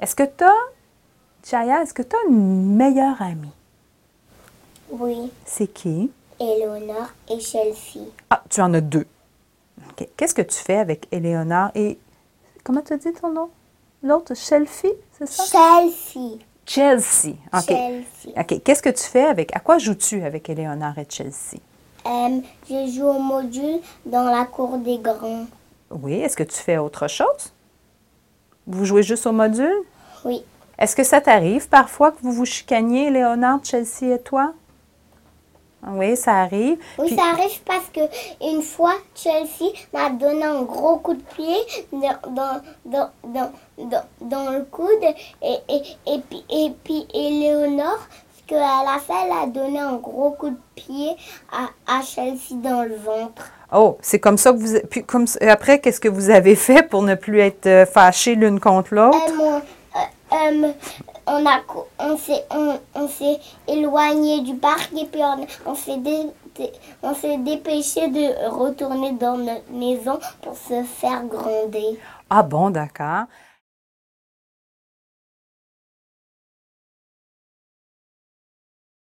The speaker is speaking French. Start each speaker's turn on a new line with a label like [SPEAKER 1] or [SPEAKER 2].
[SPEAKER 1] Est-ce que tu as, Chaya, est-ce que tu as une meilleure amie?
[SPEAKER 2] Oui,
[SPEAKER 1] C'est qui?
[SPEAKER 2] Eleonore et Chelsea.
[SPEAKER 1] Ah, tu en as deux. OK. Qu'est-ce que tu fais avec Éléonore et. Comment tu as dit ton nom? L'autre, Chelsea, c'est ça?
[SPEAKER 2] Chelsea.
[SPEAKER 1] Chelsea. OK.
[SPEAKER 2] Chelsea.
[SPEAKER 1] OK. Qu'est-ce que tu fais avec. À quoi joues-tu avec Éléonore et Chelsea?
[SPEAKER 2] Euh, je joue au module dans la cour des grands.
[SPEAKER 1] Oui. Est-ce que tu fais autre chose? Vous jouez juste au module?
[SPEAKER 2] Oui,
[SPEAKER 1] Est-ce que ça t'arrive parfois que vous vous chicaniez, Léonard, Chelsea et toi? Oui, ça arrive.
[SPEAKER 2] oui
[SPEAKER 1] Puis-
[SPEAKER 2] ça arrive parce que une fois, Chelsea m'a donné un gros coup de pied dans, dans, dans, dans, dans, dans le coude et, et, et, puis- et puis Eleonore, ce qu'elle a fait, elle a donné un gros coup de pied à, à Chelsea dans le ventre.
[SPEAKER 1] Oh, c'est comme ça que vous. Puis comme ça- après, qu'est-ce que vous avez fait pour ne plus être euh, fâchés l'une contre l'autre?
[SPEAKER 2] Euh, mon- euh, euh, on a cou- on s'est on, on s'est éloigné du parc et puis on, on s'est dé- dé- on s'est dépêché de retourner dans notre maison pour se faire gronder.
[SPEAKER 1] Ah bon, d'accord.